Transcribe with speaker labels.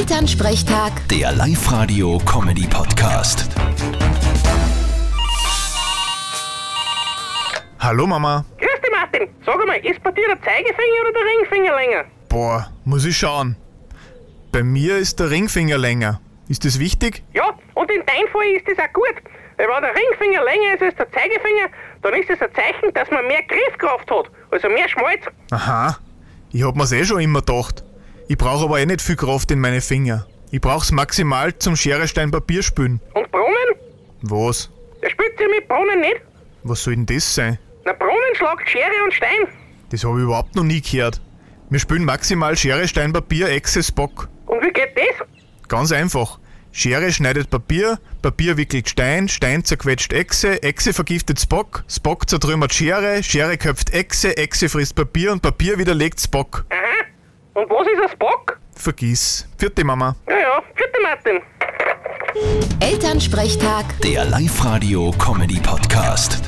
Speaker 1: Elternsprechtag,
Speaker 2: Der Live-Radio-Comedy-Podcast.
Speaker 3: Hallo Mama.
Speaker 4: Grüß dich, Martin. Sag einmal, ist bei dir der Zeigefinger oder der Ringfinger länger?
Speaker 3: Boah, muss ich schauen. Bei mir ist der Ringfinger länger. Ist das wichtig?
Speaker 4: Ja, und in deinem Fall ist das auch gut. Weil wenn der Ringfinger länger ist als der Zeigefinger, dann ist es ein Zeichen, dass man mehr Griffkraft hat, also mehr Schmalz.
Speaker 3: Aha. Ich hab mir's eh schon immer gedacht. Ich brauche aber eh nicht viel Kraft in meine Finger. Ich brauch's maximal zum Scherestein Papier spülen.
Speaker 4: Und Brunnen?
Speaker 3: Was?
Speaker 4: Der spielt sich mit Brunnen nicht.
Speaker 3: Was soll denn das sein?
Speaker 4: Na, Brunnen schlagt Schere und Stein.
Speaker 3: Das habe ich überhaupt noch nie gehört. Wir spülen maximal Schere, Stein, Papier, Echse, Spock.
Speaker 4: Und wie geht das?
Speaker 3: Ganz einfach. Schere schneidet Papier, Papier wickelt Stein, Stein zerquetscht Echse, Echse vergiftet Spock, Spock zertrümmert Schere, Schere köpft Echse, Echse frisst Papier und Papier widerlegt Spock.
Speaker 4: Aha. Und was ist ein Spock?
Speaker 3: Vergiss. Vierte Mama.
Speaker 4: Naja, vierte Martin.
Speaker 1: Elternsprechtag.
Speaker 2: Der Live-Radio-Comedy-Podcast.